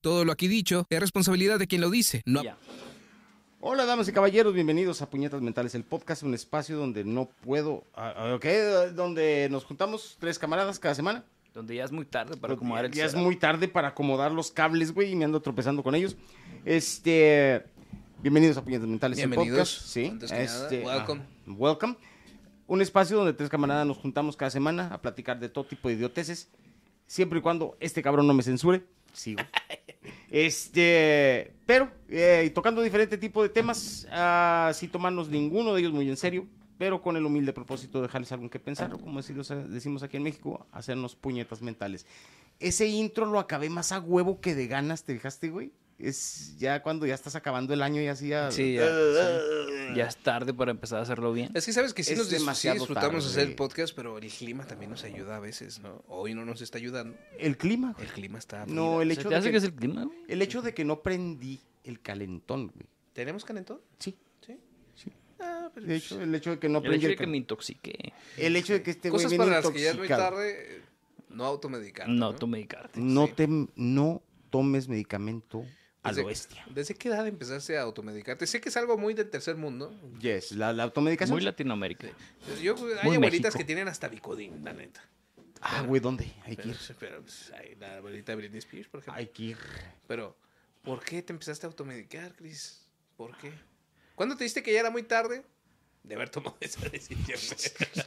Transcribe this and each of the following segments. Todo lo aquí dicho es responsabilidad de quien lo dice. No. Ya. Hola, damas y caballeros, bienvenidos a Puñetas Mentales, el podcast, un espacio donde no puedo. ah, ah, ok, Donde nos juntamos tres camaradas cada semana. Pues, Donde ya es muy tarde para acomodar el Ya es setup. muy tarde para acomodar los cables, güey, y me ando tropezando con ellos. Este. Bienvenidos a Puñetas Mentales, el Bienvenidos, podcast. Sí, antes que nada, welcome. ah, welcome. Un espacio donde tres camaradas nos juntamos cada semana a platicar de todo tipo de idioteces, siempre y cuando este cabrón no me censure. Sigo. Este, pero eh, tocando diferente tipo de temas, ah, sin tomarnos ninguno de ellos muy en serio, pero con el humilde propósito de dejarles algo que pensar, o como decimos, decimos aquí en México, hacernos puñetas mentales. Ese intro lo acabé más a huevo que de ganas, ¿te dejaste, güey? Es ya cuando ya estás acabando el año y así ya... Sí, ya, sí. Ya es tarde para empezar a hacerlo bien. Es que sabes que sí Es nos dis- sí demasiado disfrutamos tarde. hacer el podcast, pero el clima también nos ayuda a veces, ¿no? Hoy no nos está ayudando. El clima, güey. El clima está. No, abrido. el ¿Se hecho, te de hace que, que es el clima, güey? el hecho de que no prendí el calentón, güey. ¿Tenemos calentón? Sí, Sí. sí. Ah, pero- De hecho, el hecho de que no El prendí hecho el, de que me calentón. intoxiqué. El hecho de que este güey Cosas viene para las que ya es muy intoxicado. tarde, eh, no automedicarte. No, tú medicarte. No, Sí. te, no tomes medicamento a Desde- lo bestia. ¿Desde qué edad empezaste a automedicarte? Sé que es algo muy del tercer mundo. Yes, la, la automedicación. Muy Latinoamérica. Yo, hay abuelitas México. que tienen hasta Bicodín, la neta. Ah, güey, ¿dónde? Hay que Pero, ir. pero, pues, hay la abuelita Britney Spears, por ejemplo. Hay que ir. Pero, ¿por qué te empezaste a automedicar, Cris? ¿Por qué? ¿Cuándo te diste que ya era muy tarde? De haber tomado esa decisión. güey.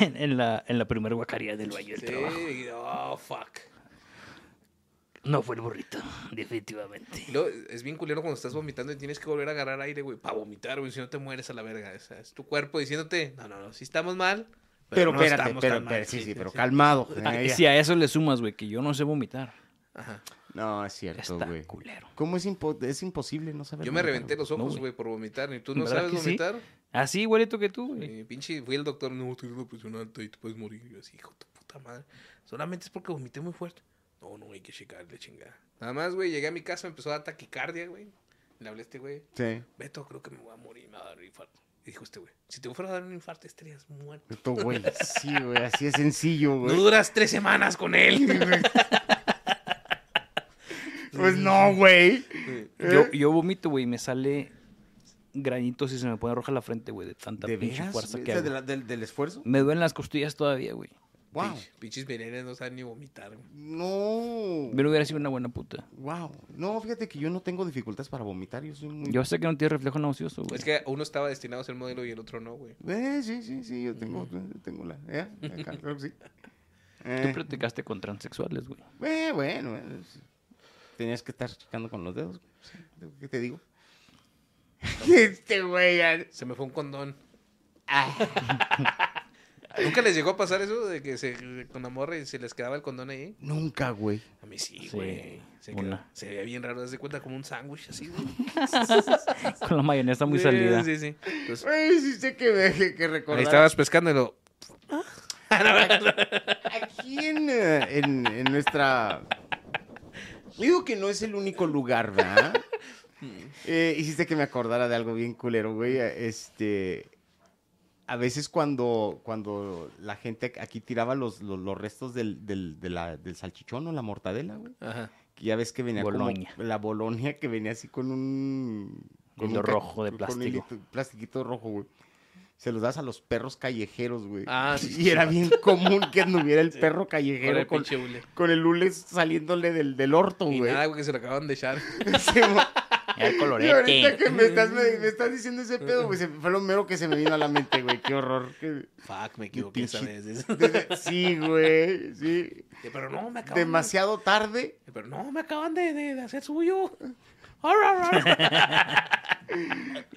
En, en la, en la primera guacaría del Valle del Trabajo. Sí, oh, fuck. No fue el burrito, definitivamente. Y luego, es bien culero cuando estás vomitando y tienes que volver a agarrar aire, güey, para vomitar, güey, si no te mueres a la verga. O sea, es tu cuerpo diciéndote, no, no, no, si estamos mal, Pero, no espérate, estamos pero, tan mal". pero- sí, sí, pero calmado. Ah, Eh, si a eso le sumas, güey, que yo no sé vomitar. Ajá. No, es cierto, Está güey. culero. ¿Cómo es, impo- es imposible no saber? Yo me manejar, reventé güey? los No, ojos, güey. güey, por vomitar. ¿Y tú no ¿Verdad sabes que sí? vomitar? Así, igualito que tú, güey. Y Eh, pinche, fui al doctor, no, tienes la presión alta y te puedes morir. Y yo así, hijo de tu puta madre. Solamente es porque vomité muy fuerte. No, no, hay que checarle, chingada. Nada más, güey, llegué a mi casa, me empezó a dar taquicardia, güey. Le hablé a este güey, Sí. Beto, creo que me voy a morir, me va a dar un infarto. Y dijo este güey, si te fuera a dar un infarto estarías muerto. Esto, güey. Sí, güey. Así es sencillo, No güey. duras tres semanas con él. pues no, güey. Eh. Yo, yo vomito, güey, y me sale granitos y se me pone roja la frente, güey, de tanta ¿De pinche veras? fuerza güey? que O sea, hago. de la- del, del esfuerzo? Me duelen las costillas todavía, güey. Wow. Pinche- Pinches venenas no saben ni vomitar. güey. No. Pero hubiera sido una buena puta. Wow. No, fíjate que yo no tengo dificultades para vomitar. Yo soy muy... Yo sé que no tiene reflejo nauseoso, güey. Es que uno estaba destinado a ser modelo y el otro no, güey. Eh, sí, sí, sí, yo tengo, yo tengo la... ¿eh? Acá, creo que sí. Tú Eh, platicaste con transexuales, güey. eh, bueno, bueno, sí. tenías que estar checando con los dedos. güey. ¿Qué te digo? este güey... ya- Se me fue un condón. ¿Nunca les llegó a pasar eso de que se, con la morra y se les quedaba el condón ahí? Nunca, güey. A mí sí, Sí, güey. Se, una. quedó- se veía bien raro, de cuenta como un sándwich así, güey. Con la mayonesa muy salida. Sí, sí. Entonces, Güey, sí sé que me que- que recordar. ahí estabas pescando y lo... Aquí en, eh, en, en nuestra... Digo que no es el único lugar, ¿verdad? Eh, hiciste que me acordara de algo bien culero, güey. Este... a veces cuando, cuando la gente aquí tiraba los, los, los restos del, del, de la- del salchichón o la mortadela, güey. Ajá. Que ya ves que venía Boloña. como la Bolonia que venía así con un con Hilo un ca- rojo de con un plástico. hilito- plastiquito rojo, güey. Se los das a los perros callejeros, güey. Ah, sí, y era bien común que anduviera el Con perro el callejero con, pinche hule. con el lules saliéndole del, del orto, Y güey. nada, güey, que se lo acaban de echar. Sí, güey. El Y ahorita colorete. que me estás, me, me estás diciendo ese pedo, güey, se- fue lo mero que se me vino a la mente, güey. Qué horror. Qué- Fuck, me equivoqué esa pinche- vez. Dice, Sí, güey, sí. Pero no, me acaban Demasiado tarde. de... Pero no, me acaban de, de- de hacer suyo. Arr, arr, arr.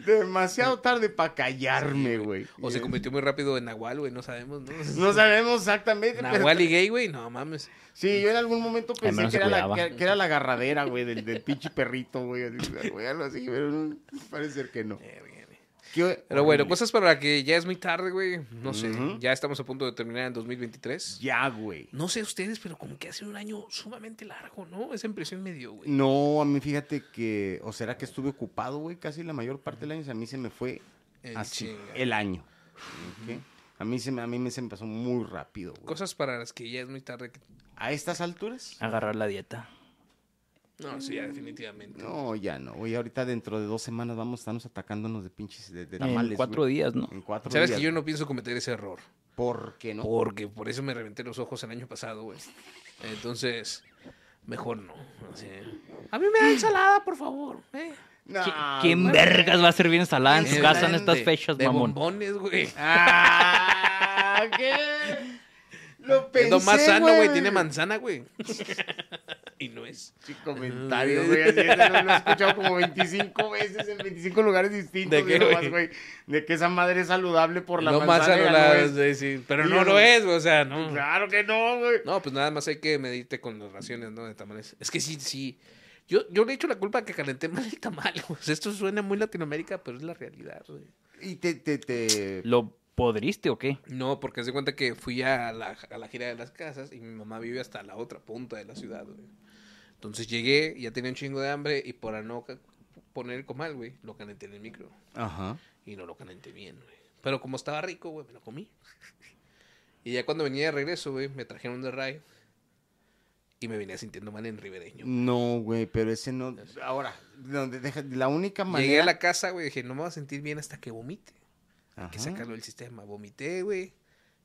Demasiado tarde para callarme, güey. o se convirtió muy rápido en Nahual, güey, no sabemos, ¿no? No sabemos exactamente. pero- Nahual y gay, güey, no mames. Sí, yo en algún momento pensé menos que se era, la, cuidaba. que, que era la agarradera, güey, del, del pinche perrito, güey. así, güey, algo así, pero no, parece ser que no. Eh, bien, eh. Qué Pero bueno, pues, horrible. cosas para que ya es muy tarde, güey. No sé, Ujú. ya estamos a punto de terminar el 2023. Ya, güey. No sé ustedes, pero como que hace un año sumamente largo, ¿no? Esa impresión me dio, Mm, güey. No, a mí fíjate que. ¿O será que estuve ocupado, güey? Casi la mayor parte del año. o sea, a mí se me fue Eh, así chinga. el año. ¿ok? A mí se me, a mí me se me pasó muy rápido, güey. Cosas para las que ya es muy tarde. que- Ah. A estas alturas, Agarrar la dieta. No, sí, ya, definitivamente. No, ya no, güey. Ahorita dentro de dos semanas vamos a estarnos atacándonos de pinches de, de tamales. En cuatro güey. días, ¿no? En cuatro Sabes días. que yo no pienso cometer ese error. ¿Por qué no? Porque por eso me reventé los ojos el año pasado, güey. Entonces, mejor no. Así. A mí me da ensalada, por favor. ¿eh? No, ¿Qui- ¿Quién Ah, güey. vergas va a servir ensalada en su Eh, casa en de- estas fechas, de mamón? bombones, güey. Ah, ¿qué? Lo pensé, es lo más sano, güey. Tiene manzana, güey. y no es. Sí, comentario, güey. así es, Lo lo he escuchado como 25 veces en 25 lugares distintos. ¿De güey, qué, nomás, güey? güey. De que esa madre es saludable por la lo más manzana. sano, ya la- no es. de- sí, pero Y no ya lo no- es, güey, o sea, no. Claro que no, güey. No, pues nada más hay que medirte con las raciones, ¿no? De tamales. Es que sí, sí. Yo, yo le echo la culpa a que calenté mal el tamal. güey. O sea, esto suena muy Latinoamérica, pero es la realidad, güey. Y te, te, te... ¿Lo podriste o qué? No, porque se cuenta que fui a la, a la gira de las casas y mi mamá vive hasta la otra punta de la ciudad, güey. Entonces llegué, ya tenía un chingo de hambre y para no ca- poner el comal, güey, lo calenté en el micro. Ajá. Y no lo calenté bien, güey. Pero como estaba rico, güey, me lo comí. Y ya cuando venía de regreso, güey, me trajeron de rayo. Y me venía sintiendo mal en ribereño. No, güey, pero ese no... Ahora, donde deja- la única manera... Llegué a la casa, güey, dije, no me voy a sentir bien hasta que vomite. Hay que Ajá. sacarlo del sistema. Vomité, güey.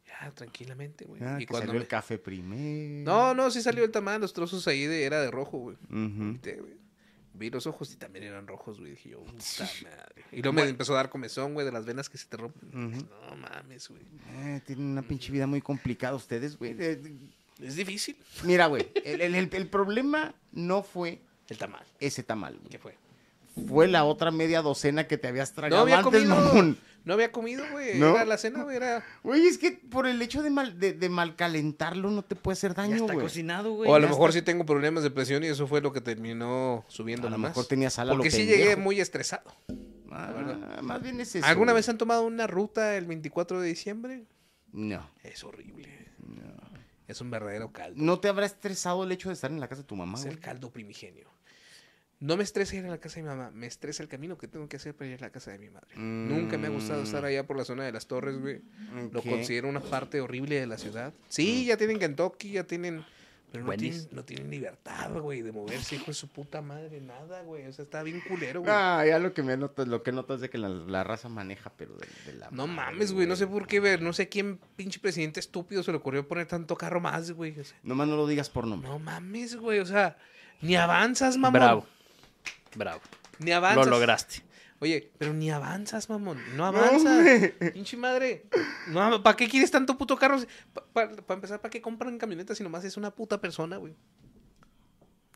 Ya, tranquilamente, güey. Ah, y que cuando salió me- el café primero. No, no, sí salió el tamal, los trozos ahí de, era de rojo, güey. Ujú. Vomité, güey. Vi los ojos y también eran rojos, güey. Dije yo, puta madre. Y luego me empezó a dar comezón, güey, de las venas que se te rompen. Ujú. No mames, güey. Eh, tienen una pinche vida muy complicada ustedes, güey. Eh, Es difícil. Mira, güey, el, el- el- el problema no fue El tamal. ese tamal, güey. ¿Qué fue? Fue la otra media docena que te habías No tragado había antes, comido. mamón. No había comido, güey. ¿No? Era la cena, güey. Era... Güey, es que por el hecho de mal, de, de mal calentarlo no te puede hacer ya daño, está güey. cocinado, güey. O a ya lo mejor está- sí tengo problemas de presión y eso fue lo que terminó subiendo A lo más. mejor tenías ala a lo Porque sí pendejo. llegué muy estresado. Ah, ¿verdad? más bien es eso. ¿Alguna güey. vez han tomado una ruta el 24 de diciembre? No. Es horrible. Es un verdadero caldo. ¿No te habrá estresado el hecho de estar en la casa de tu mamá, Es güey? el caldo primigenio. No me estresa ir a la casa de mi mamá, me estresa el camino que tengo que hacer para ir a la casa de mi madre. Mm. Nunca me ha gustado estar allá por la zona de las torres, güey. Lo Ok. considero una parte horrible de la ciudad. Sí, ya tienen Kentucky, ya tienen... Pero no Wendy's. tienen, no tienen libertad, güey, de moverse, hijo de su puta madre, nada, güey. O sea, está bien culero, güey. Ah, ya lo que me notas, lo que notas de que la, la raza maneja, pero de, de la No madre, mames, güey, no sé por qué ver, no sé quién pinche presidente estúpido se le ocurrió poner tanto carro más, güey. O sea, Nomás no lo digas por nombre. no mames, güey, o sea, ni avanzas, mamón. Bravo. Bravo. Ni avanzas. Lo lograste. Oye, pero ni avanzas, mamón. No avanzas. Pinche madre. No, ¿Para qué quieres tanto puto carro? Para empezar, ¿para qué compran camionetas si nomás es una puta persona, güey?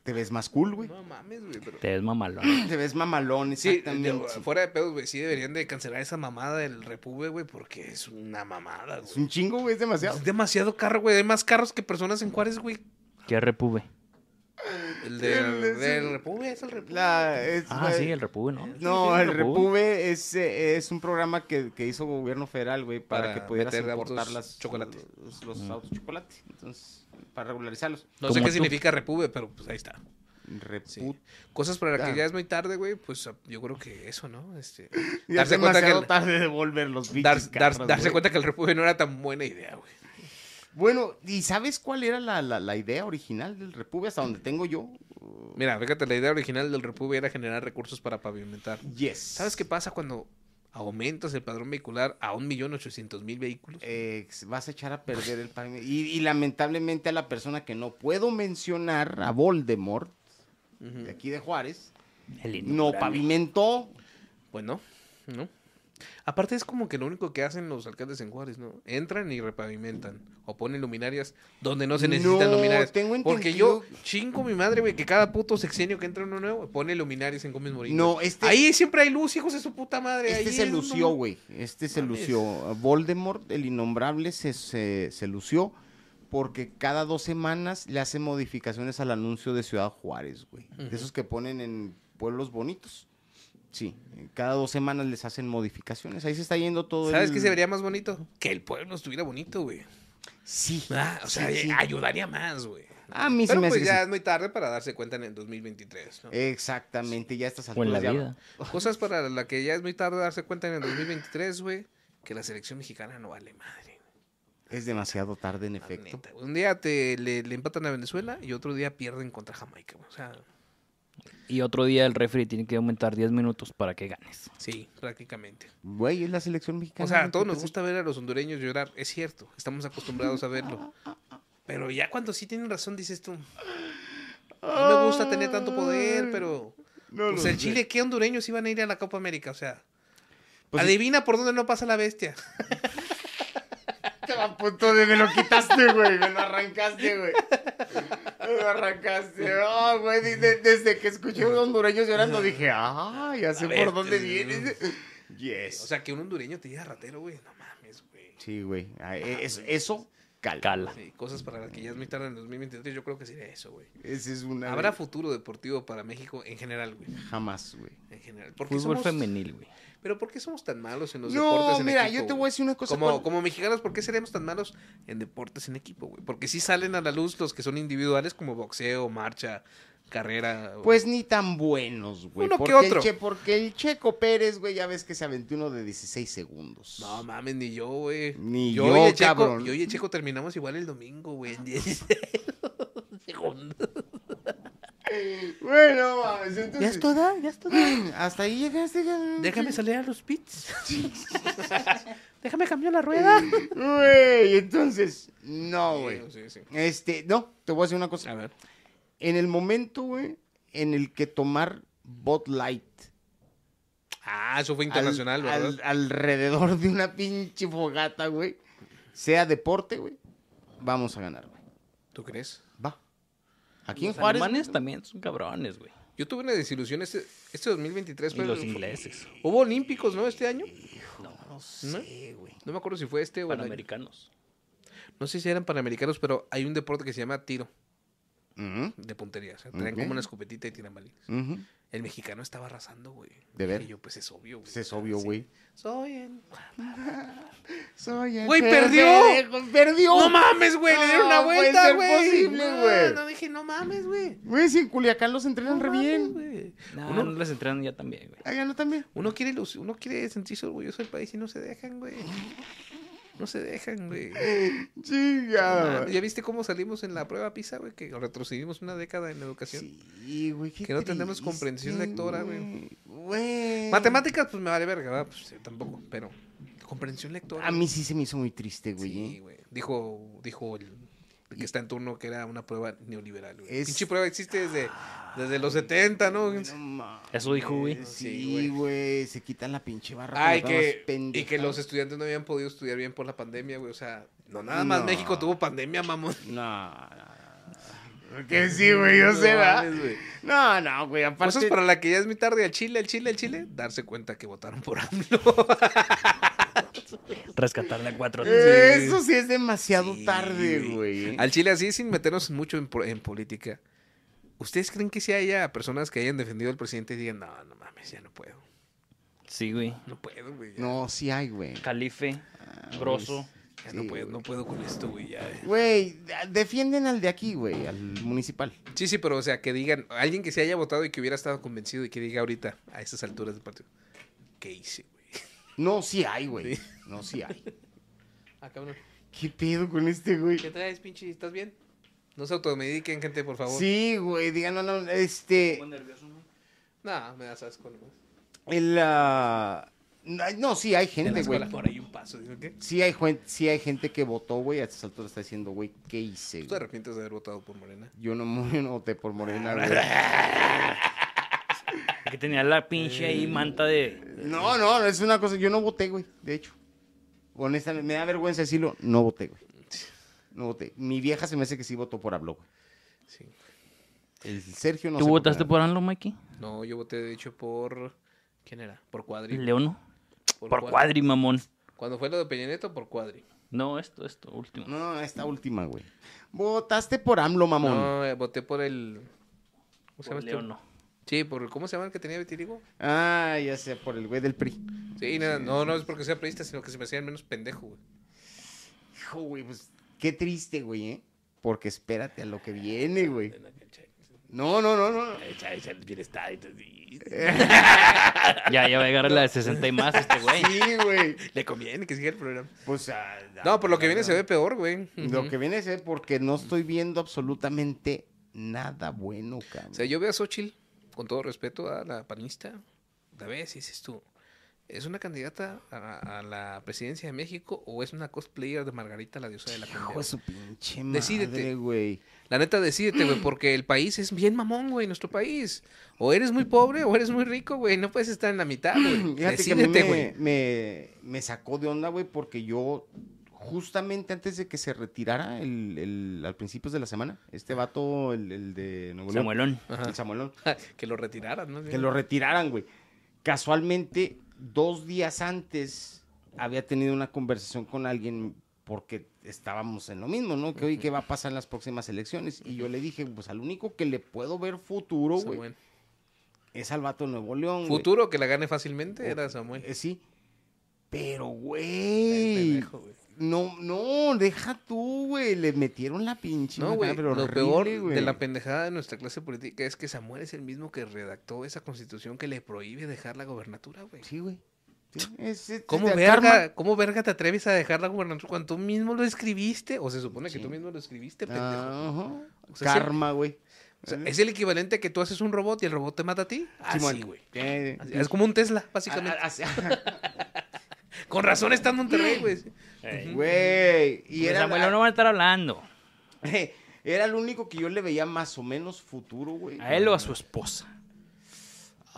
Te ves más cool, güey. No mames, güey. Pero... Te ves mamalón. Te ves mamalón, Sí, exactamente. de- fuera de pedos, güey. Sí deberían de cancelar esa mamada del Repube, güey, porque es una mamada, Es güey. un chingo, güey, es demasiado. Es demasiado carro, güey. Hay más carros que personas en Juárez, güey. ¿Qué repube? El de- El- del es el- Repube es el Repube. La, es- Ah, sí, el repube, ¿no? No, Sí, el Repube es, eh, es un programa que, que hizo gobierno federal, güey, para, Para que pudieras meter importar autos las, chocolate. los, los Mm. autos chocolate. Entonces, para regularizarlos. No sé Como qué tú. significa Repube, pero pues ahí está. Reput- Sí. Cosas para las Ah. que ya es muy tarde, güey, pues yo creo que eso, ¿no? Este, Ya es darse cuenta que demasiado el- tarde de volver los bichos. dar- dar- darse cuenta que el repube no era tan buena idea, güey. Bueno, ¿y sabes cuál era la, la, la idea original del Repube hasta donde tengo yo? Mira, fíjate, la idea original del repube era generar recursos para pavimentar. Yes. ¿Sabes qué pasa cuando aumentas el padrón vehicular a 1.800.000 vehículos? Eh, vas a echar a perder el pavimento. Y, y lamentablemente a la persona que no puedo mencionar, a Voldemort, Ujú. de aquí de Juárez, El no innombrable. pavimentó. Pues no, no. Aparte es como que lo único que hacen los alcaldes en Juárez, ¿no? Entran y repavimentan o ponen luminarias donde no se necesitan No, luminarias. tengo Porque yo entendido- chingo mi madre, güey, que cada puto sexenio que entra uno nuevo pone luminarias en Gómez Morín. No, güey. este- Ahí siempre hay luz, hijos de su puta madre. Este ahí se es un- lució, güey. Este se Mames. lució. Voldemort, el innombrable, se, se, se lució porque cada dos semanas le hace modificaciones al anuncio de Ciudad Juárez, güey. Ujú. De esos que ponen en pueblos bonitos. Sí, eh, cada dos semanas les hacen modificaciones. Ahí se está yendo todo ¿Sabes el- qué se vería más bonito? Que el pueblo estuviera bonito, güey. Sí. Ah, o sea, sí, sí. ayudaría más, güey. A mí sí Pero me hace pues que ya sí. Eh, es muy tarde para darse cuenta en el 2023. ¿no? Exactamente, ya a estas O en alturas la ya- vida. Cosas para las que ya es muy tarde darse cuenta en el 2023, güey. Que la selección mexicana no vale madre. Es demasiado tarde, en la efecto. neta. Un día te, le, le empatan a Venezuela y otro día pierden contra Jamaica. güey. O sea, Y otro día el refri tiene que aumentar 10 minutos para que ganes. Sí, prácticamente. Güey, es la selección mexicana. O sea, a güey, todos ¿qué nos pasa? gusta ver a los hondureños llorar, es cierto, estamos acostumbrados a verlo. Pero ya cuando sí tienen razón, dices tú, no me gusta tener tanto poder, pero... pues No lo el sé. Chile, ¿qué hondureños iban a ir a la Copa América? O sea, Pues es- adivina por dónde no pasa la bestia. Estaba a punto de me lo quitaste, güey. Me lo arrancaste, güey. Me lo arrancaste. Ah, güey. de- de- Desde que escuché a un hondureño llorando dije, ah, ya sé A por ver, dónde tú- vienes. Yes. O sea, que un hondureño te diga ratero, güey, no mames, güey. sí, güey. Ah, e- es- eso cala. Cala. Sí, cosas para las que ya es muy tarde en 2023, yo creo que sería eso, güey. Ese es una. Habrá futuro deportivo para México en general, güey. Jamás, güey. En general. ¿Por qué Fútbol somos- femenil, güey. Pero ¿por qué somos tan malos en los deportes No, en mira, equipo? yo te güey? voy a decir una cosa. Como, cuando- como mexicanos, ¿por qué seremos tan malos en deportes en equipo, güey? Porque sí salen a la luz los que son individuales como boxeo, marcha, carrera. o- Pues ni tan buenos, güey. Uno que porque otro. El che, porque el Checo Pérez, güey, ya ves que se aventó uno de 16 segundos. No mames, ni yo, güey. Ni y yo, el Checo- cabrón. Yo y el Checo terminamos igual el domingo, güey. en 16 segundos. Bueno, mames, entonces. toda, ya es toda. Hasta ahí llegaste. ya- Déjame salir a los pits. Déjame cambiar la rueda. Güey, entonces. No, güey. Sí, sí, sí. Este, no, te voy a decir una cosa. A ver. En el momento, güey, en el que tomar Bot Light Ah, eso fue al- internacional, al- ¿verdad? alrededor de una pinche fogata, güey, sea deporte, güey, vamos a ganar, güey. ¿Tú crees? Va. Aquí en Los Juárez. alemanes también son cabrones, güey. Yo tuve una desilusión este, este 2023. Y fue- los ingleses. Hubo olímpicos, ¿no? Este año. No, ¿No? güey. No me acuerdo si fue este o el año- panamericanos. No sé si eran panamericanos, pero hay un deporte que se llama tiro Ujú, de puntería. O sea, traen Ok. como una escopetita y tiran balines. ujú. El mexicano estaba arrasando, güey. De ver. Y yo, pues es obvio, güey. Pues es obvio, Sí. güey. Soy el- Soy el Güey, perdió. pendejo, ¡Perdió! ¡No mames, güey! ¡Le dieron No, una puede vuelta, ser güey! posible, No, güey. No, dije, no mames, güey. Güey, si en Culiacán los entrenan No re mames, bien. güey. No, Uno- no les entrenan ya también, güey. Allá no también. Uno quiere, ilus- uno quiere sentirse orgulloso del país y no se dejan, güey. No se dejan, güey. Chica. Man, ¿Ya viste cómo salimos en la prueba PISA, güey? Que retrocedimos una década en educación. Sí, güey, qué Que no tenemos comprensión triste, lectora, güey. Güey. Matemáticas, pues me vale verga, ¿verdad? Pues yo tampoco, pero comprensión lectora. A mí sí se me hizo muy triste, güey. Sí, ¿eh? güey. Dijo, dijo el, el que está en turno que era una prueba neoliberal, güey. Es- Ah, Pinche prueba existe desde, desde los 70, Ah, ¿no? Güey, no mames. Eso dijo, güey. Sí, Sí, güey. güey. Se quitan la pinche barra. Ay, con las que, pendejas. y que los estudiantes no habían podido estudiar bien por la pandemia, güey. O sea, no, nada más No. México tuvo pandemia, mamón. No, no, no. Que sí, güey, yo sé, No ¿verdad? mames, güey. No, no, güey, aparte... Cosas para la que ya es muy tarde al Chile, al Chile, al Chile, darse cuenta que votaron por AMLO. Rescatar la 4 Eh, Eso sí es demasiado Sí, tarde, güey. Al Chile así, sin meternos mucho en, po- en política. ¿Ustedes creen que si haya personas que hayan defendido al presidente y digan, no, no mames, ya no puedo? Sí, güey. No puedo, güey. ya, No, sí hay, güey. Calife, grosso. ya no Sí, puedo, güey. no puedo con esto, güey. ya". eh". Güey, defienden al de aquí, güey, al municipal. Sí, sí, pero o sea, que digan, alguien que se haya votado y que hubiera estado convencido y que diga ahorita, a estas alturas del partido, ¿qué hice, güey? No, sí hay, güey. No, sí hay. Ah, cabrón. ¿Qué pedo con este, güey? ¿Qué traes, pinche? ¿Estás bien? No se automediquen, gente, por favor. Sí, güey, digan, no, no, este... nervioso, güey. No, me das asco nomás. El, ah, No, sí hay Te gente, das güey. cola por ahí un paso, ¿digo qué? Sí hay, juen- sí hay gente que votó, güey, a estas alturas está diciendo, güey, ¿qué hice? ¿Tú te güey? arrepientes de haber votado por Morena? Yo no, mo- yo no voté por Morena, güey. Que tenía la pinche Eh. ahí manta de. No, no, es una cosa. Yo no voté, güey, de hecho. Honestamente, me da vergüenza decirlo. No voté, güey. No voté. Mi vieja se me hace que sí votó por Hablo, güey. Sí. El Sergio no ¿Tú sé votaste qué. por Anlo, Mikey? No, yo voté, de hecho, por... ¿Quién era? Por Cuadri. Leono. Por Por Cuadri. cuadri, mamón. Cuando fue lo de Peña Nieto, por Cuadri. No, esto, esto, último. No, esta última, güey. Votaste por AMLO, mamón. No, eh, voté por el... ¿Cómo se Por llama este? Leono. Sí, por... ¿Cómo se llama el que tenía vitiligo? Ah, ya sé, por el güey del PRI. Sí, nada, no, no es porque sea periodista, sino que se me hacía el menos pendejo, güey. Hijo, güey, pues qué triste, güey, ¿eh? Porque espérate a lo que viene, güey. No, no, no, no. Eh, Ya, ya va a llegar a la de 60 y más este güey. Sí, güey. Le conviene que siga el programa. Pues, ah, No, por lo que viene no. se ve peor, güey. Lo Ujú. que viene es eh, porque no estoy viendo absolutamente nada bueno, cabrón. O sea, yo veo a Xochitl con todo respeto a la panista, la ves y dices tú, ¿es una candidata a, a la presidencia de México o es una cosplayer de Margarita, la diosa de la cumbia? Hijo de su pinche madre, Decídete. güey. La neta, decídete, güey, porque el país es bien mamón, güey, nuestro país. O eres muy pobre o eres muy rico, güey, no puedes estar en la mitad, güey. Fíjate que a mí Decídete, me, güey. me, me sacó de onda, güey, porque yo justamente antes de que se retirara el, el- al principios de la semana, este vato, el, el de Nuevo León, Samuelón. Ajá. el Samuelón, Que lo retiraran, ¿no? que lo retiraran, güey. Casualmente, dos días antes había tenido una conversación con alguien porque estábamos en lo mismo, ¿no? Que oye, ¿qué va a pasar en las próximas elecciones? Y yo le dije, pues al único que le puedo ver futuro, Samuel. güey, es al vato de Nuevo León. güey. Futuro que la gane fácilmente era Samuel. Eh, sí. Pero, El güey. pendejo, güey. No, no, deja tú, güey. Le metieron la pinche. No, güey, madre, pero lo horrible, peor güey. de la pendejada de nuestra clase política es que Samuel es el mismo que redactó esa constitución que le prohíbe dejar la gobernatura, güey. Sí, güey. Sí, es- es- ¿Cómo de karma. verga, ¿Cómo verga te atreves a dejar la gobernatura cuando tú mismo lo escribiste? O se supone que Sí. Ah, tú mismo lo escribiste, este pendejo. Ajá. O sea, sí. karma, güey. Mm. O sea, es el equivalente a que tú haces un robot y el robot te mata a ti. Así, Simón. güey. Eh, Así, Es Ah, como un Tesla, básicamente. a- a- Con razón está en Monterrey, güey. a- Güey. Y Pues, era, eh, Samuelón no van a estar hablando. era el único que yo le veía más o menos futuro, güey. A él o a su esposa.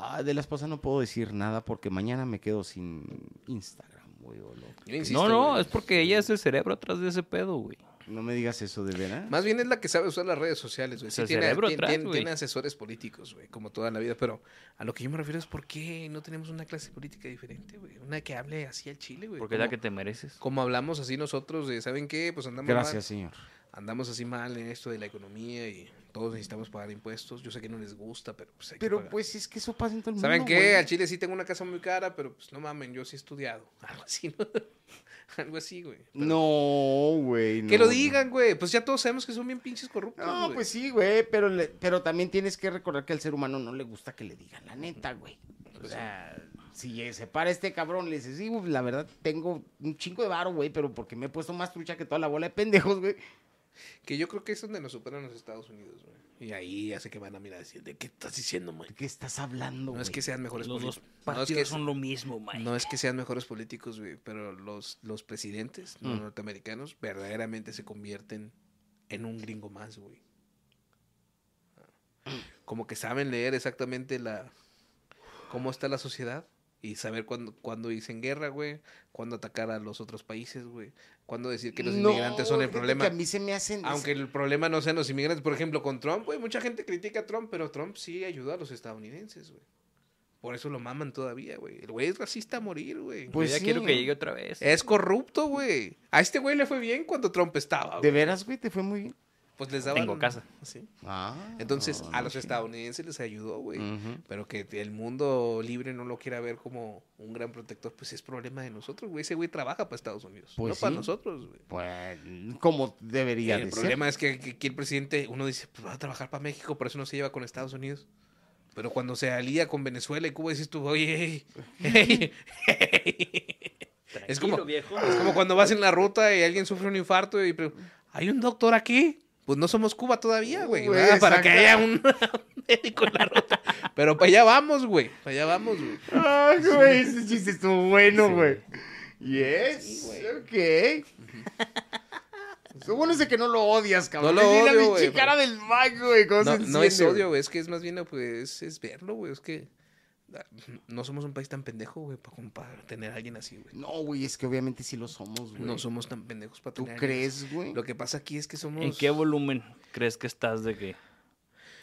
Ah, de la esposa no puedo decir nada porque mañana me quedo sin Instagram, güey. o lo- Yo insisto, no, no, güey. es porque ella es el cerebro atrás de ese pedo, güey. No me digas eso de veras. Más bien es la que sabe usar las redes sociales, güey. Es Sí el tiene, cerebro tiene- atrás, tiene- güey. tiene asesores políticos, güey, como toda la vida. Pero a lo que yo me refiero es por qué no tenemos una clase política diferente, güey. Una que hable así al Chile, güey. Porque es la Como- que te mereces. Como hablamos así nosotros de, ¿saben qué? Pues andamos Gracias, mal. señor. Andamos así mal en esto de la economía y todos necesitamos pagar impuestos. Yo sé que no les gusta, pero pues hay que Pero pagar. pues es que eso pasa en todo el ¿Saben mundo. qué? güey. Al Chile sí tengo una casa muy cara, pero pues no mamen, yo sí he estudiado. Algo así, ¿no? Algo así, güey. Pero- No, güey. Que no, lo no. digan, güey. Pues ya todos sabemos que son bien pinches corruptos. No, güey. pues sí, güey, pero, le- pero también tienes que recordar que al ser humano no le gusta que le digan la neta, güey. Pues O sea, si se para este cabrón, le dices, sí, güey, la verdad tengo un chingo de varo, güey, pero porque me he puesto más trucha que toda la bola de pendejos, güey. Que yo creo que es donde nos superan los Estados Unidos, güey. Y ahí hace que van a mirar y decir, ¿de qué estás diciendo, man? ¿De qué estás hablando, No güey? es que sean mejores Los dos políticos. No es, partidos que, son lo mismo, Mike. no es que sean mejores políticos, güey. Pero los, los presidentes los Mm. norteamericanos verdaderamente se convierten en un gringo más, güey. Como que saben leer exactamente la cómo está la sociedad y saber cuándo, cuándo dicen guerra, güey. Cuándo atacar a los otros países, güey. Cuándo decir que los No, inmigrantes son el fíjate problema. Que a mí se me hacen... Aunque el problema no sean los inmigrantes, por ejemplo, con Trump, güey, mucha gente critica a Trump, pero Trump sí ayudó a los estadounidenses, güey. Por eso lo maman todavía, güey. El güey es racista a morir, güey. Pues Yo ya sí. quiero que llegue otra vez. Es corrupto, güey. A este güey le fue bien cuando Trump estaba, ¿De güey. veras, güey? ¿Te fue muy bien? Pues les daban... Tengo casa. Sí. Ah. Entonces, no, a no, Mm. los sí. estadounidenses les ayudó, güey. Ujú. Pero que el mundo libre no lo quiera ver como un gran protector, pues es problema de nosotros, güey. Ese güey trabaja para Estados Unidos, Pues no para sí. nosotros, güey. Pues, como debería el de ser. problema es que que aquí el presidente, uno dice, pues va a trabajar para México, por eso no se lleva con Estados Unidos. Pero cuando se alía con Venezuela y Cuba, dices tú, oye, ey, ey, ey". es, como, es como cuando vas en la ruta y alguien sufre un infarto y pre- ¿hay un doctor aquí? Pues no somos Cuba todavía, güey. Güey, ¿verdad? Para que exacto. haya un, un médico en la ruta. Pero para allá vamos, güey. Para allá vamos, güey. Ay, Ah, güey, ese chiste estuvo bueno, Sí. güey. Yes, Sí, ok. Lo bueno es de que no lo odias, cabrón. No lo Mira odio, mi güey, cara del Mac, güey. cómo No, se no es enciende, odio, güey. Es que es más bien, pues, es verlo, güey. Es que ah, no somos un país tan pendejo, güey, para, tener a alguien así, güey. No, güey, es que obviamente sí lo somos, güey. No somos tan pendejos para ¿Tú tener. a alguien crees, así. güey? Lo que pasa aquí es que somos. ¿En qué volumen crees que estás de que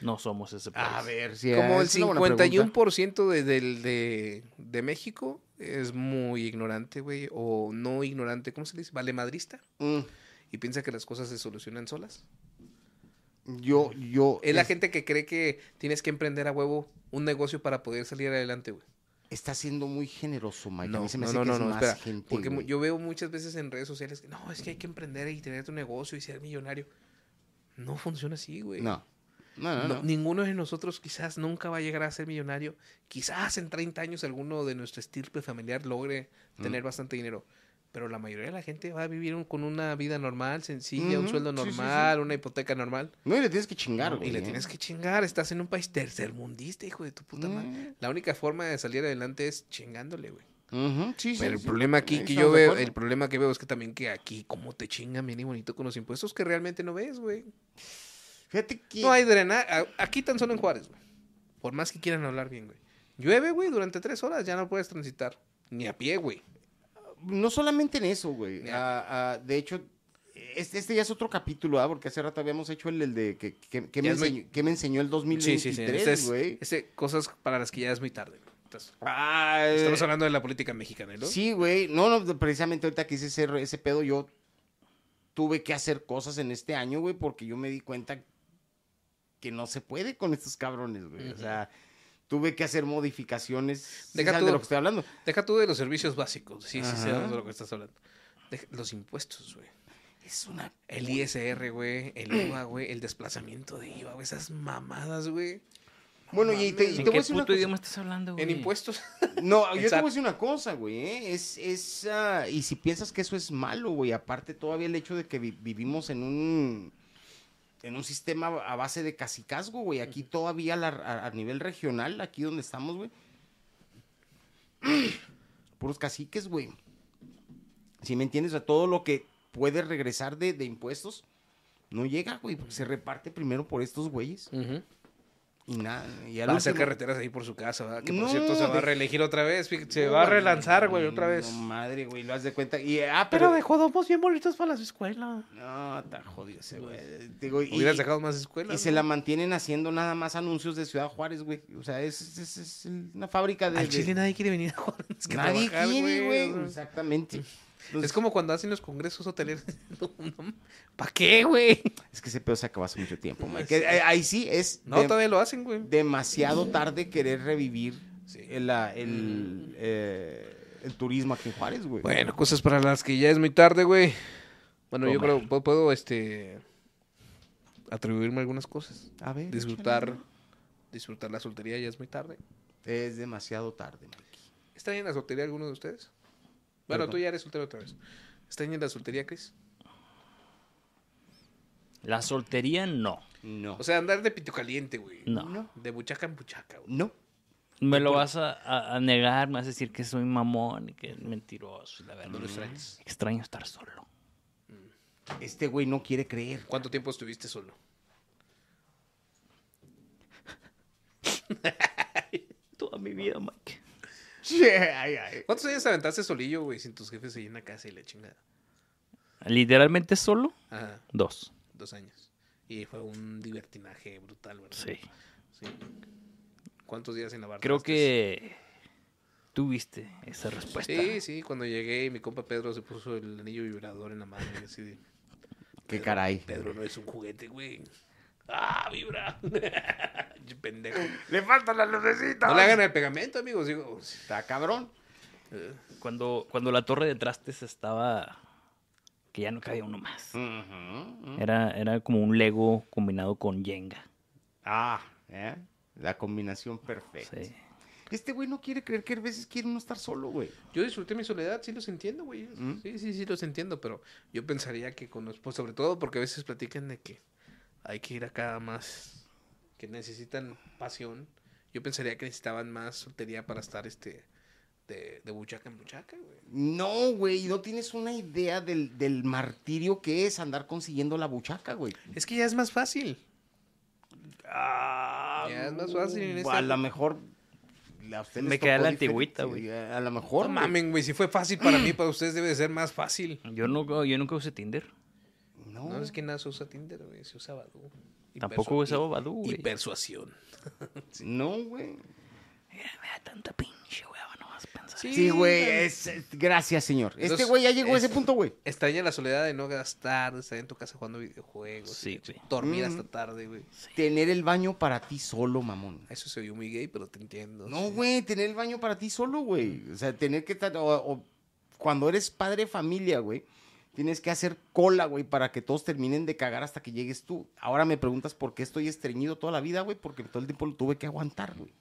no somos ese país? A ver, si Como el es una buena pregunta. 51% de, del- de, de México es muy ignorante, güey. O no ignorante, ¿cómo se le dice? Valemadrista. Y piensa que las cosas se solucionan solas. Mm, yo, yo. Es la es- gente que cree que tienes que emprender a huevo un negocio para poder salir adelante, güey. Está siendo muy generoso, Mike. a mí se me no, hace no, que no, es no, más espera, gente. Porque mu- güey. yo veo muchas veces en redes sociales que no, es que hay que emprender y tener tu negocio y ser millonario. No funciona así, güey. No. Ah, No, no, eh, No, no. Ninguno de nosotros quizás nunca va a llegar a ser millonario. Mm. Quizás en 30 años alguno de nuestra estirpe familiar logre tener bastante dinero. Pero la mayoría de la gente va a vivir un- con una vida normal, sencilla, un Ujú, sueldo sí, sí, sí. normal, una hipoteca normal. No, y le tienes que chingar, güey. y le ¿eh? tienes que chingar. Estás en un país tercermundista, hijo de tu puta madre. Mm. La única forma de salir adelante es chingándole, güey. Ujú, sí, sí, Pero el sí. problema aquí Ahí que yo estamos de veo, acuerdo. el problema que veo es que también que aquí, como te chingan bien y bonito con los impuestos que realmente no ves, güey. Fíjate que. No hay drenaje. Aquí tan solo en Juárez, güey. Por más que quieran hablar bien, güey. Llueve, güey, durante tres horas ya no puedes transitar. Ni a pie, güey. No solamente en eso, güey. Ya. Ah, ah, de hecho, este, este ya es otro capítulo, ¿ah? Porque hace rato habíamos hecho el, el de que, que- que me Ya es muy- enseñó, que me enseñó el 2023, Ese este es- güey. ese- cosas para las que ya es muy tarde. güey. Entonces, Ah, eh, estamos hablando de la política mexicana, ¿no? Sí, güey. No, no, de- precisamente ahorita que hice ese, re- ese pedo, yo tuve que hacer cosas en este año, güey, porque yo me di cuenta que no se puede con estos cabrones, güey. O Ujú. sea, tuve que hacer modificaciones. ¿sí Deja sabes tú- de lo que estoy hablando. Deja tú de los servicios básicos. Sí, sí, Ajá. sé de lo que estás hablando. Deja- los impuestos, güey. Es una. El ISR, güey. El IVA, güey. El desplazamiento de IVA, güey. Esas mamadas, güey. Bueno, y te, ¿En y te voy a qué decir una puto cosa. idioma estás hablando, güey? En impuestos. No, yo te Exacto. voy a decir una cosa, güey. ¿eh? Es, es, ah, y si piensas que eso es malo, güey, aparte todavía el hecho de que vi- vivimos en un en un sistema a base de casicazgo, güey. Aquí todavía la- a, a nivel regional, aquí donde estamos, güey. Puros caciques, güey. Si me entiendes, a todo lo que puede regresar de, de impuestos, no llega, güey, porque se reparte primero por estos güeyes. Y nada. Y al Va a hacer último- carreteras ahí por su casa, ¿verdad? Que por No, cierto se va a de- reelegir otra vez. fíjate, Se No, va a vale, relanzar, güey, no, otra vez. no, madre, güey, lo has de cuenta. Y, ah, pero. Pero dejó domos bien bonitos para las escuelas. No, está jodido ese, güey. Digo, y, Pues, Hubieras dejado más y escuelas. se la mantienen haciendo nada más anuncios de Ciudad Juárez, güey. O sea, es, es- es una fábrica de. Al de- Chile nadie quiere venir a Juárez. que nadie trabajar, quiere, güey, Pues, o güey. sea. Exactamente. Entonces, Es como cuando hacen los congresos hoteleros. ¿Para qué, güey? es que ese pedo se acabó hace mucho tiempo, Mike. Sí. Eh, eh, Ahí sí es No, de- todavía lo hacen, güey. demasiado tarde querer revivir Sí. el, ah, el, eh, el turismo aquí en Juárez, güey. Bueno, cosas para las que ya es muy tarde, güey. Bueno, yo Comer. creo, puedo, puedo, este, atribuirme algunas cosas. A ver. Disfrutar, échale. disfrutar la soltería ya es muy tarde. Es demasiado tarde, Mike. ¿Están en la soltería alguno de ustedes? Bueno, Perdón. tú ya eres soltero otra vez. ¿Están en la soltería, Chris? La soltería, no. No. O sea, andar de pito caliente, güey. No. De buchaca en buchaca, güey. No. Me lo vas a, a- a negar, me vas a decir que soy mamón y que es mentiroso. y La verdad. No lo extrañas. Extraño estar solo. Este güey no quiere creer. ¿Cuánto tiempo estuviste solo? Toda mi vida, Mike. Ay, ay. ¿Cuántos años aventaste solillo, güey, sin tus jefes ahí en la casa y la chingada? Literalmente solo, Ajá, dos. dos años. Y fue un divertinaje brutal, ¿verdad? Sí. Sí. ¿Cuántos días en la barra? Creo estuviste? que tuviste esa respuesta. Sí, sí, cuando llegué mi compa Pedro se puso el anillo vibrador en la mano y así de, Qué Pedro- caray. Pedro no es un juguete, güey. ¡Ah, vibra! Che Pendejo. Le faltan las lucecitas. No le hagan el pegamento, amigos. Digo, Está cabrón. Cuando, cuando la torre de trastes estaba... Que ya no cabía uno más. Mm. Era, era como un Lego combinado con Jenga. Ah, ¿eh? La combinación perfecta. Sí. Este güey no quiere creer que a veces quiere no estar solo, güey. yo disfruté mi soledad, sí los entiendo, güey. ¿Mm? Sí, sí, sí los entiendo, pero yo pensaría que con los, pues, sobre todo porque a veces platican de que hay que ir acá más, que necesitan pasión. Yo pensaría que necesitaban más soltería para estar, este, de, de buchaca en buchaca, güey. No, güey, no tienes una idea del, del martirio que es andar consiguiendo la buchaca, güey. Es que ya es más fácil. Ya es más fácil en este esta Ah, uh, A lo época. mejor. a ustedes Me les queda tocó la diferente, antigüita, güey. A lo mejor. No güey. mamen, güey. Si fue fácil para mí, para ustedes debe de ser más fácil. Yo, no, yo nunca usé Tinder. No, No es que nada se usa Tinder, güey. Se usa Badoo. Y Tampoco persua- usaba Badoo, y- güey. Y persuasión. No, güey. Eh, Me da tanta pinche hueva nomás pensar. Sí, güey. también. es- es- Gracias, señor. Este Entonces, güey ya llegó a ese es- punto, güey. Extraña la soledad de no gastar, estar en tu casa jugando videojuegos. Sí, y güey. Dormir Mm. hasta tarde, güey. Tener el baño para ti solo, mamón. Eso se oyó muy gay, pero te entiendo. No, sí. güey, tener el baño para ti solo, güey. O sea, tener que estar. O, o cuando eres padre de familia, güey, tienes que hacer cola, güey, para que todos terminen de cagar hasta que llegues tú. Ahora me preguntas por qué estoy estreñido toda la vida, güey, porque todo el tiempo lo tuve que aguantar, güey.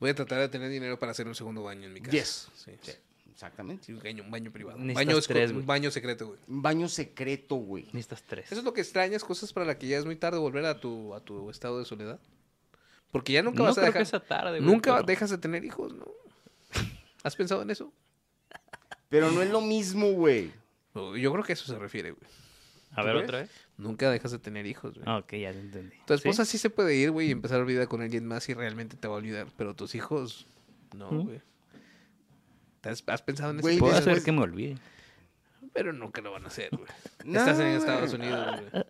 Voy a tratar de tener dinero para hacer un segundo baño en mi casa. Yes. Sí. Sí. Exactamente. Sí, un baño, un baño privado. Un Necesitas baño, esco- tres, un güey. baño secreto, güey. Un baño secreto, güey. Necesitas tres. Eso es lo que extrañas, cosas para las que ya es muy tarde volver a tu, a tu estado de soledad. Porque ya nunca no vas a creo dejar. que esa tarde, güey, nunca pero- dejas de tener hijos, ¿no? ¿Has pensado en eso? Pero no es lo mismo, güey. No, Yo creo que a eso se refiere, güey. A ver, crees? otra vez. Nunca dejas de tener hijos, güey. Ah, ok, ya te entendí. Tu ¿Sí? esposa ¿Sí? se puede ir, güey, y empezar a vida con alguien más y realmente te va a olvidar. Pero tus hijos, no, ¿Mm? güey. ¿Te ¿Has, has pensado en Güey, eso? Puedo después- hacer que me olvide. Pero nunca lo van a hacer, güey. Ah, No, Estás en güey. Estados Unidos, güey.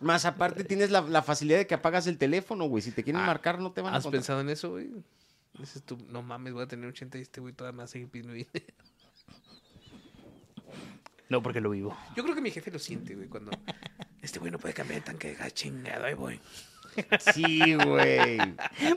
Más aparte tienes la, la facilidad de que apagas el teléfono, güey. Si te quieren Ah, marcar, no te van a ¿Has contestar. pensado en eso, güey? Dices tú, no mames, voy a tener 80 y este güey todavía me va a seguir pidiendo dinero. No, porque lo vivo. Yo creo que mi jefe lo siente, güey, cuando este güey no puede cambiar de tanque de gas, chingado, ahí voy. Sí, güey.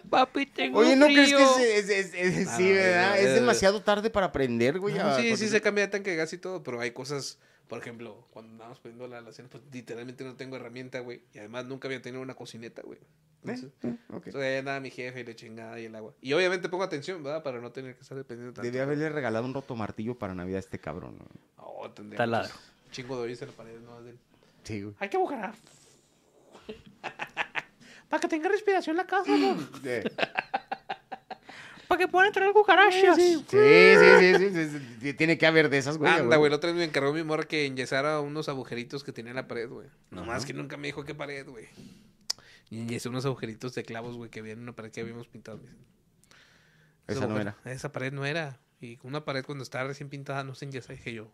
Papi, tengo Oye, ¿no crees que frío. es, es- es- es- Ah, sí, no, verdad? güey, Es eh, demasiado tarde para aprender, güey. No, a- sí, sí con- se cambia de tanque de gas y todo, pero hay cosas, por ejemplo, cuando andábamos poniendo la alacena, pues literalmente no tengo herramienta, güey. Y además nunca había tenido una cocineta, güey. Entonces, ¿Eh? Ok. entonces, ahí andaba mi jefe y la chingada y el agua. Y obviamente pongo atención, ¿verdad? Para no tener que estar dependiendo tanto. Debí haberle regalado un roto martillo para Navidad a este cabrón. güey. Oh, tendría Taladro. muchos- Chingo de hoyos en la pared, no más de- Sí, güey. Hay que buscar. Para que tenga respiración la casa, ¿no? Sí, Para que puedan entrar cucarachas. sí, sí, sí, sí, sí, sí, Tiene que haber de esas, güey. Anda, güey. güey, el otro día me encargó mi morra que enyesara unos agujeritos que tenía en la pared, güey. Nomás Ajá. que nunca me dijo qué pared, güey. Y enyesé unos agujeritos de clavos, güey, que había en una pared que habíamos pintado. me dice. Esa Esa no mujer- era. Esa pared no era. Y una pared cuando estaba recién pintada no se enyesa, dije yo.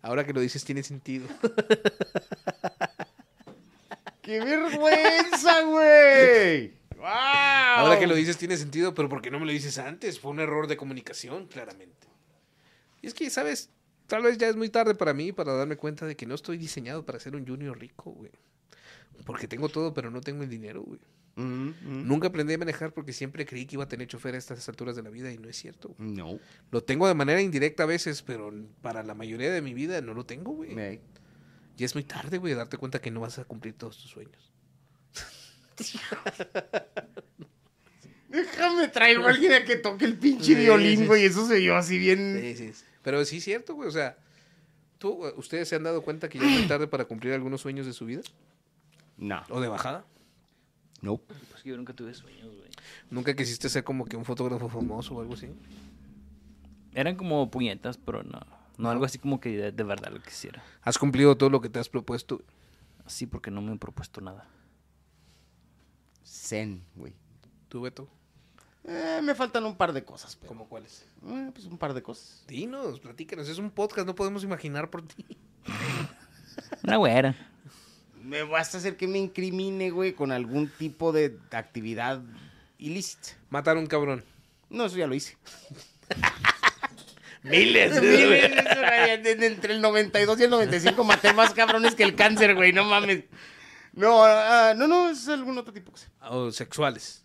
Ahora que lo dices tiene sentido. ¡Qué vergüenza, güey! ¡Wow! Ahora que lo dices tiene sentido, pero ¿por qué no me lo dices antes? Fue un error de comunicación, claramente. Y es que, ¿sabes? Tal vez ya es muy tarde para mí para darme cuenta de que no estoy diseñado para ser un junior rico, güey. Porque tengo todo, pero no tengo el dinero, güey. Mm, mm. Nunca aprendí a manejar porque siempre creí que iba a tener chofer a estas alturas de la vida y no es cierto. güey. No. Lo tengo de manera indirecta a veces, pero para la mayoría de mi vida no lo tengo, güey. Ey. Ya es muy tarde, güey, de darte cuenta que no vas a cumplir todos tus sueños. Déjame traigo a alguien a que toque el pinche Sí, sí. violín, güey. Eso se vio así bien. Sí, sí, sí. Pero sí es cierto, güey. O sea, ¿tú, eh, ¿ustedes se han dado cuenta que ya es muy tarde para cumplir algunos sueños de su vida? No. ¿O de bajada? No. Pues que yo nunca tuve sueños, güey. ¿Nunca quisiste ser como que un fotógrafo famoso o algo así? Eran como puñetas, pero no. No algo así como que de, de verdad lo quisiera. ¿Has cumplido todo lo que te has propuesto? Así porque no me he propuesto nada. Zen, güey. ¿Tú, Beto? Eh, me faltan un par de cosas, pero. ¿Cómo cuáles? eh, pues un par de cosas. Dinos, platícanos. Es un podcast, no podemos imaginar por ti. Una güera. Me vas a hacer que me incrimine, güey, con algún tipo de actividad ilícita. Matar a un cabrón. No, eso ya lo hice. Miles. Entre el 92 y el 95 maté más cabrones que el cáncer, güey. No mames. No, ah, no, no, es algún otro tipo. de cosa. O sexuales.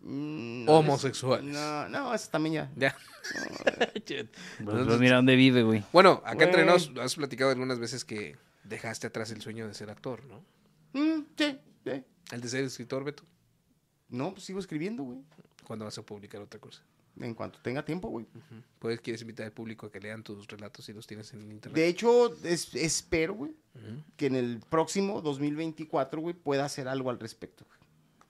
Mm, no, Homosexuales. es- No, no, eso también ya. Ya. Pues, pues, mira dónde vive, güey. Bueno, acá entre Güey. nos has platicado algunas veces que dejaste atrás el sueño de ser actor, ¿no? Mm, sí, sí. El de ser escritor, Beto. No, pues sigo escribiendo, güey. ¿Cuándo vas a publicar otra cosa? En cuanto tenga tiempo, güey. Puedes, Pues, quieres invitar al público a que lean tus relatos si los tienes en internet. De hecho, es- espero, güey, Ujú. que en el próximo 2024, güey, pueda hacer algo al respecto. güey.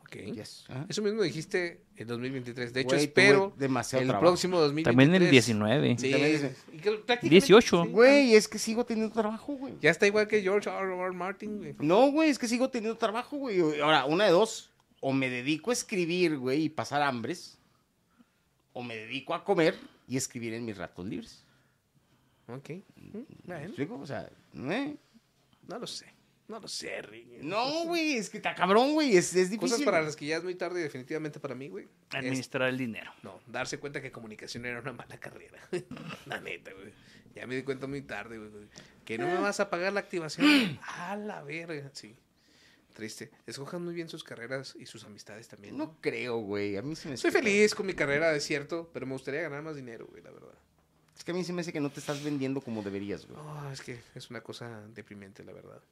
Ok. Yes. Ajá. Eso mismo dijiste en 2023. De hecho, Güey, espero tuve demasiado el trabajo. próximo 2023. También el 19. Sí. También el- Y creo- prácticamente- 18. sí. Güey, es que sigo teniendo trabajo, güey. Ya está igual que George R. R. Martin, güey. No, güey, es que sigo teniendo trabajo, güey. Ahora, una de dos. O me dedico a escribir, güey, y pasar hambres. O me dedico a comer y escribir en mis ratos libres. Ok. ¿Me Bueno, explico? O sea, ¿eh? no lo sé. No lo sé, Rick. No, güey, es que está cabrón, güey. Es, es difícil. Cosas para las que ya es muy tarde, definitivamente para mí, güey. Es- Administrar el dinero. No, darse cuenta que comunicación era una mala carrera. la neta, güey. Ya me di cuenta muy tarde, güey. Que no Eh. me vas a pagar la activación. a la verga. Sí. Triste. Escojan muy bien sus carreras y sus amistades también. ¿no? No creo, güey. A mí se me hace Soy que- feliz con mi carrera, es cierto, pero me gustaría ganar más dinero, güey, la verdad. Es que a mí se me hace que no te estás vendiendo como deberías, güey. Ah, es que es una cosa deprimente, la verdad.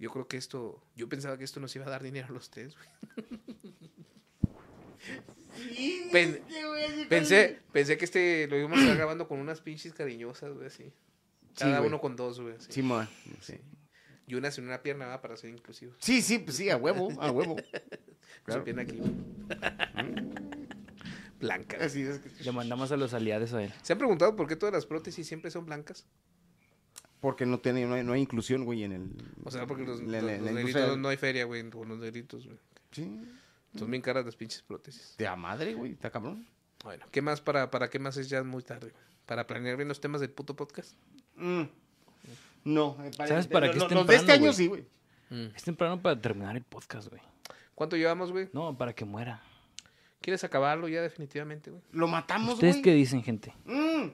Yo creo que esto, yo pensaba que esto nos iba a dar dinero a los tres, güey. Pen- Pensé, pensé que este lo íbamos a estar grabando con unas pinches cariñosas, güey, así. Cada güey. uno con dos, güey. así. Simón. Sí. Y una sin una pierna, ¿verdad? para ser inclusivos. sí, sí, pues sí, a huevo, a huevo. Claro. Mm. Su pierna aquí. güey. Blanca. Así es que- Le mandamos a los aliados a él. ¿Se han preguntado por qué todas las prótesis siempre son blancas? Porque no, tiene, no, hay, no hay inclusión, güey, en el... O sea, porque los, la- los- la- los la negritos industria- no- no hay feria, güey, con los negritos, güey. Sí, Mm. Son bien caras las pinches prótesis. de a madre, güey, está cabrón. Bueno, ¿qué más para, para qué más es ya muy tarde? güey? ¿Para planear bien los temas del puto podcast? Mm. No, eh, ¿Sabes para lo- qué lo- es Los de este temprano, güey? año sí, güey. Es temprano para terminar el podcast, güey. ¿Cuánto llevamos, güey? No, para que muera. ¿Quieres acabarlo ya definitivamente, güey? Lo matamos, ¿Ustedes güey. qué dicen, gente? Mm.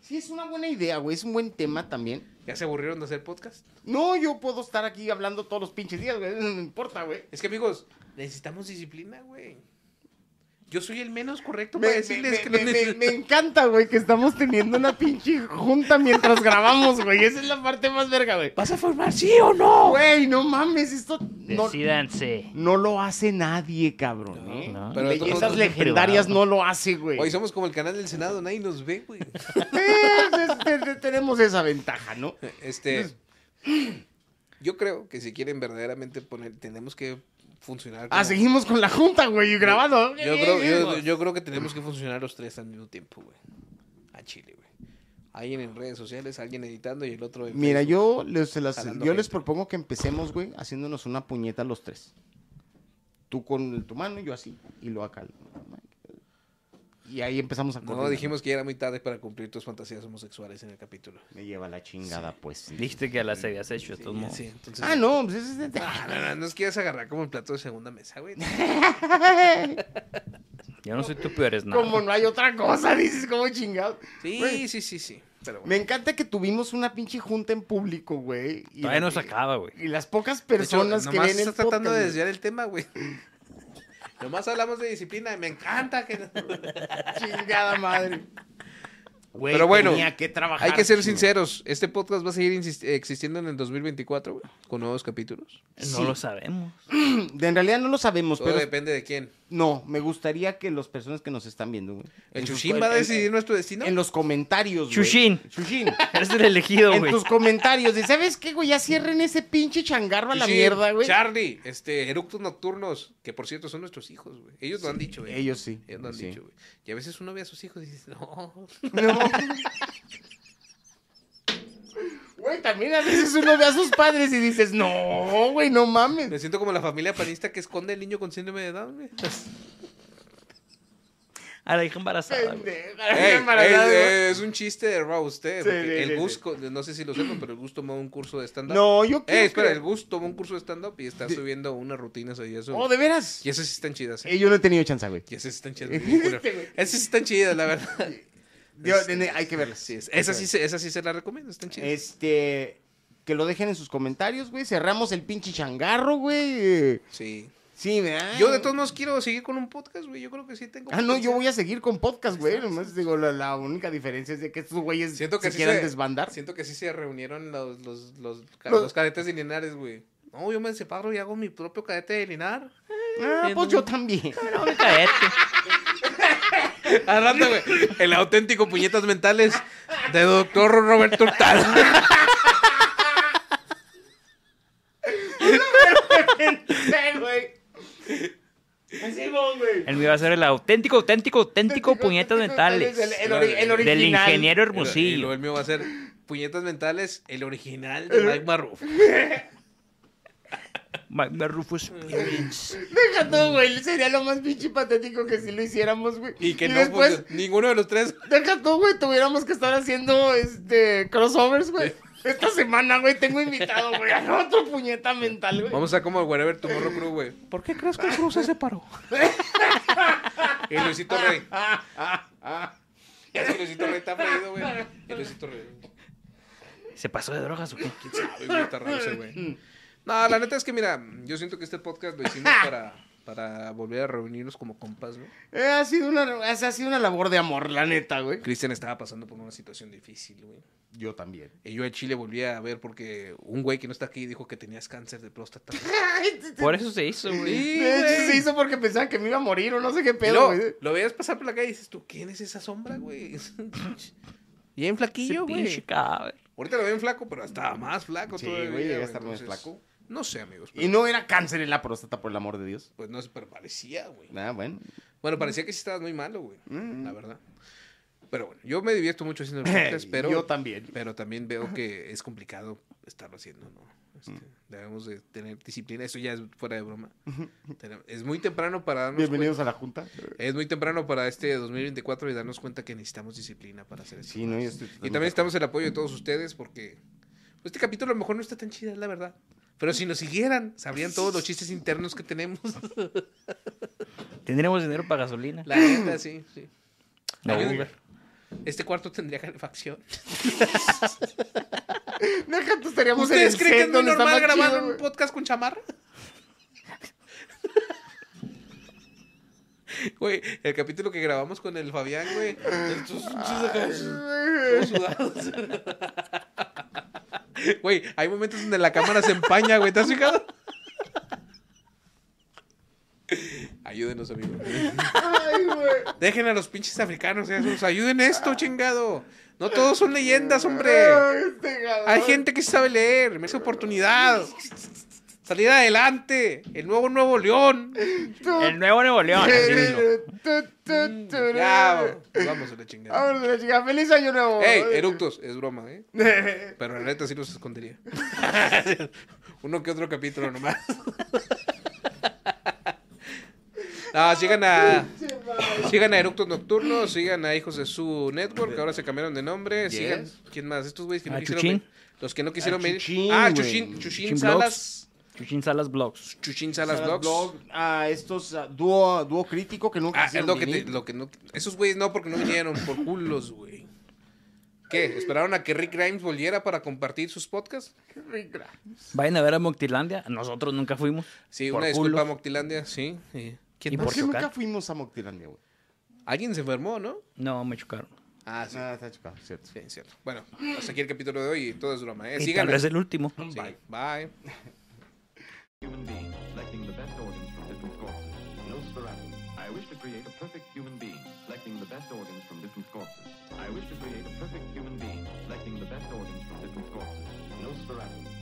Sí, es una buena idea, güey, es un buen tema también. ¿Ya se aburrieron de hacer podcast? No, yo puedo estar aquí hablando todos los pinches días, güey, no me importa, güey. Es que, amigos, necesitamos disciplina, güey. Yo soy el menos correcto Me, para decirles me- que me- lo me- neces- me encanta, güey, que estamos teniendo una pinche junta mientras grabamos, güey. Esa es la parte más verga, güey. ¿Vas a formar sí o no? Güey, no mames, esto no, Decídanse. no lo hace nadie, cabrón. ¿eh? Eh, no. Pero Leyendas nosotros- legendarias no lo hace, güey. Hoy somos como el canal del Senado, nadie nos ve, güey. Es- es- es- tenemos esa ventaja, ¿no? Este. Yo creo que si quieren verdaderamente poner, tenemos que funcionar. Ah, como- seguimos con la junta, güey, y grabando. Yo creo, yo, yo creo que tenemos que funcionar los tres al mismo tiempo, güey. A Chile, güey. Alguien en redes sociales, alguien editando y el otro. en Mira, Facebook. yo les, se las- Jalando yo les gente. propongo que empecemos, güey, haciéndonos una puñeta los tres. Tú con tu mano, yo así, y lo acá. Y ahí empezamos a No, coordinar. dijimos que ya era muy tarde para cumplir tus fantasías homosexuales en el capítulo. Me lleva la chingada, pues. sí. Dijiste que ya las habías hecho, de todos modos. Sí, entonces. Ah, no, pues es- es- Ah, no, no, no es que ibas a agarrar como el plato de segunda mesa, güey. Yo no soy tu peor es nada. como no hay otra cosa, dices, como chingado. Sí, Güey, sí, sí, sí. Pero bueno. Me encanta que tuvimos una pinche junta en público, güey. y- Todavía no se acaba, güey. Y las pocas De hecho, personas que nomás ven el estás tratando de podcast, güey. desviar el tema, güey. nomás hablamos de disciplina y me encanta que. Chingada madre. Güey, Pero bueno, tenía que trabajar, Hay que ser chingada. sinceros. Este podcast va a seguir insis- existiendo en el 2024, güey, con nuevos capítulos. No Sí. lo sabemos. De- En realidad no lo sabemos, Todo pero depende de quién. no, me gustaría que las personas que nos están viendo, güey. El en sus- Chuchín va a en- decidir nuestro destino. En los comentarios, güey. Chuchín. Chuchín. Eres el elegido, En güey. tus comentarios, de, ¿sabes qué, güey? Ya cierren ese pinche changarro a la Chuchín, mierda, güey. Charlie, este, Eructos Nocturnos, que por cierto son nuestros hijos, güey. Ellos lo han dicho, güey. Ellos sí. Ellos lo han sí. dicho, güey. Y a veces uno ve a sus hijos y dice, no. No. Güey, también a veces uno ve a sus padres y dices, no, güey, no Me mames. siento como la familia panista que esconde al niño con síndrome de Down, güey. A Ah, la hija embarazada, güey. Pendeja, Ey, embarazada, ey, güey. ey, es un chiste de Raw usted. Sí, porque sí, sí, el sí. Gus, co- no sé si lo sepan, pero el Gus tomó un curso de stand-up. No, yo Ey, quiero espera, que- el Gus tomó un curso de stand-up y está subiendo unas rutinas ahí. Eso. Oh, ¿de veras? Y esas sí están chidas. ¿eh? Eh, yo no he tenido chance, güey. Y esas sí están chidas. bien culeras. Este güey. Esas sí están chidas, la verdad. Yo- Es- nene, hay que verlas. Sí, es- Hay Esas que sí, se- esas sí se las recomiendo, están chidas. Este, que lo dejen en sus comentarios, güey. Cerramos el pinche changarro, güey. Eh, Sí. Sí, ¿verdad? Yo de todos modos quiero seguir con un podcast, güey. Yo creo que sí tengo. Ah, no, yo voy potencial. a seguir con podcast, güey. Nomás digo, la, la única diferencia es de que estos güeyes Siento que se sí quieran desbandar. Siento que sí se reunieron los, los, los, ca- Los- los cadetes de Linares, güey. No, yo me separo y hago mi propio cadete de Linar. Ah, pues yo también. No, me caete. Al rato, güey. El auténtico puñetas mentales de doctor Roberto Hurtado. Sí, güey. Así, güey. El mío va a ser el auténtico, auténtico, auténtico puñetas mentales. Este El, el ori- el original. Del ingeniero Y luego Hermosillo. el mío va a ser puñetas mentales, el original de Mike Marrufo. Ma- ma- Rufus Experience. Deja todo, güey. Sería lo más pinche patético que si lo hiciéramos, güey. Y que no pues, después, funcionó. ninguno de los tres. deja tú, güey. Tuviéramos que estar haciendo este crossovers, güey. Esta semana, güey, tengo invitado, güey, a otro puñeta mental, güey. Vamos a como el Wherever Tomorrow Crew, güey. ¿Por qué crees que el Cruz se separó? Y Luisito Rey. Ah, ah, ah. Es que Luisito Rey está perdido, güey. Y Luisito Rey. ¿Se pasó de drogas o qué? Ay, güey, está raro ese güey. No, la neta es que mira, yo siento que este podcast lo hicimos para, para volver a reunirnos como compas, ¿no? Eh, ha, sido una, o sea, ha sido una labor de amor, la neta, güey. Cristian estaba pasando por una situación difícil, güey. Yo también. Y yo a Chile volví a ver porque un güey que no está aquí dijo que tenías cáncer de próstata. Por eso se hizo, güey. Sí, De hecho, güey. se hizo porque pensaban que me iba a morir o no sé qué Y pedo, luego, güey. lo veías pasar por la calle y dices, ¿tú quién es esa sombra, güey? Bien Ese flaquillo, pinche güey. cadáver. Ahorita lo ven flaco, pero estaba más flaco Sí, todavía. güey, llega a estar más entonces, flaco. No sé, amigos. Y pero, no era cáncer en la próstata, por el amor de Dios. Pues no, se- pero parecía, güey. Ah, bueno. Bueno, parecía que sí estabas muy malo, güey. Mm. La verdad. Pero bueno, yo me divierto mucho haciendo deportes, pero, Yo también. pero también veo que es complicado estarlo haciendo, ¿no? Este, Mm. Debemos de tener disciplina. Eso ya es fuera de broma. Tenem- Es muy temprano para darnos Bienvenidos a la junta. cuenta- Es muy temprano para este 2024 y darnos cuenta que necesitamos disciplina para hacer esto. Sí, no, yo estoy Y también necesitamos el apoyo de todos ustedes porque pues, este capítulo a lo mejor no está tan chido, es la verdad. Pero si nos siguieran, sabrían todos los chistes internos que tenemos. Tendríamos dinero para gasolina. La neta, sí, sí. No, Ayúdenme. Uber. Este cuarto tendría calefacción. Deja, tú estaríamos en ¿Ustedes el creen que set es muy donde está normal más grabar chido, un güey. podcast con chamarra? Güey, el capítulo que grabamos con el Fabián, güey. estos pinches acá, todos sudados. Güey, hay momentos donde la cámara se empaña, güey. ¿Te has fijado? Ayúdenos, amigos. Ay, güey. Dejen a los pinches africanos, esos. Ayuden esto, chingado. No todos son leyendas, hombre. Ay, este ganador. Hay gente que sabe leer, merece oportunidad. Salir adelante, el nuevo Nuevo León. Tu- El nuevo Nuevo León. así mismo. tu- tu- tu- Ya, vamos a la chingada. Vámonos, la chica. Feliz año nuevo. Ey, eructos, es broma, ¿eh? Pero la neta sí los escondería. Uno que otro capítulo nomás. No, sigan a. Sigan a Eructos Nocturnos, sigan a Hijos de su Network, que ahora se cambiaron de nombre. Yes. Sigan. ¿Quién más? Estos güeyes que no A quisieron. Chuchín. ven- Los que no quisieron A venir. Chuchín, ah, güey. Chuchín, Chuchín Chuchín Salas. Chuchín Salas Blogs. Chuchín Salas Blogs. A estos ah, dúo, dúo crítico que nunca Ah, es hicieron lo que, te- vinil. lo que no. Esos güeyes no, porque no vinieron, por culos, güey. ¿Qué? ¿Esperaron a que Rick Grimes volviera para compartir sus podcasts? Vayan a ver a Moctilandia. Nosotros nunca fuimos. Sí, Por una disculpa, culos. Moctilandia, sí. sí. ¿Quién Y más? por ¿Por qué chocar. nunca fuimos a Moctilandia, güey? Alguien se enfermó, ¿no? No, me chocaron. Ah, sí. Ah, está chocado, cierto. Sí, cierto. Bueno, hasta aquí el capítulo de hoy y todo es broma. ¿eh? Y tal Síganme. vez el último. Sí, Bye. human being, selecting the best organs from different corpses. No sporadic. I wish to create a perfect human being, selecting the best organs from different corpses. I wish to create a perfect human being, selecting the best organs from different corpses. No sporadic.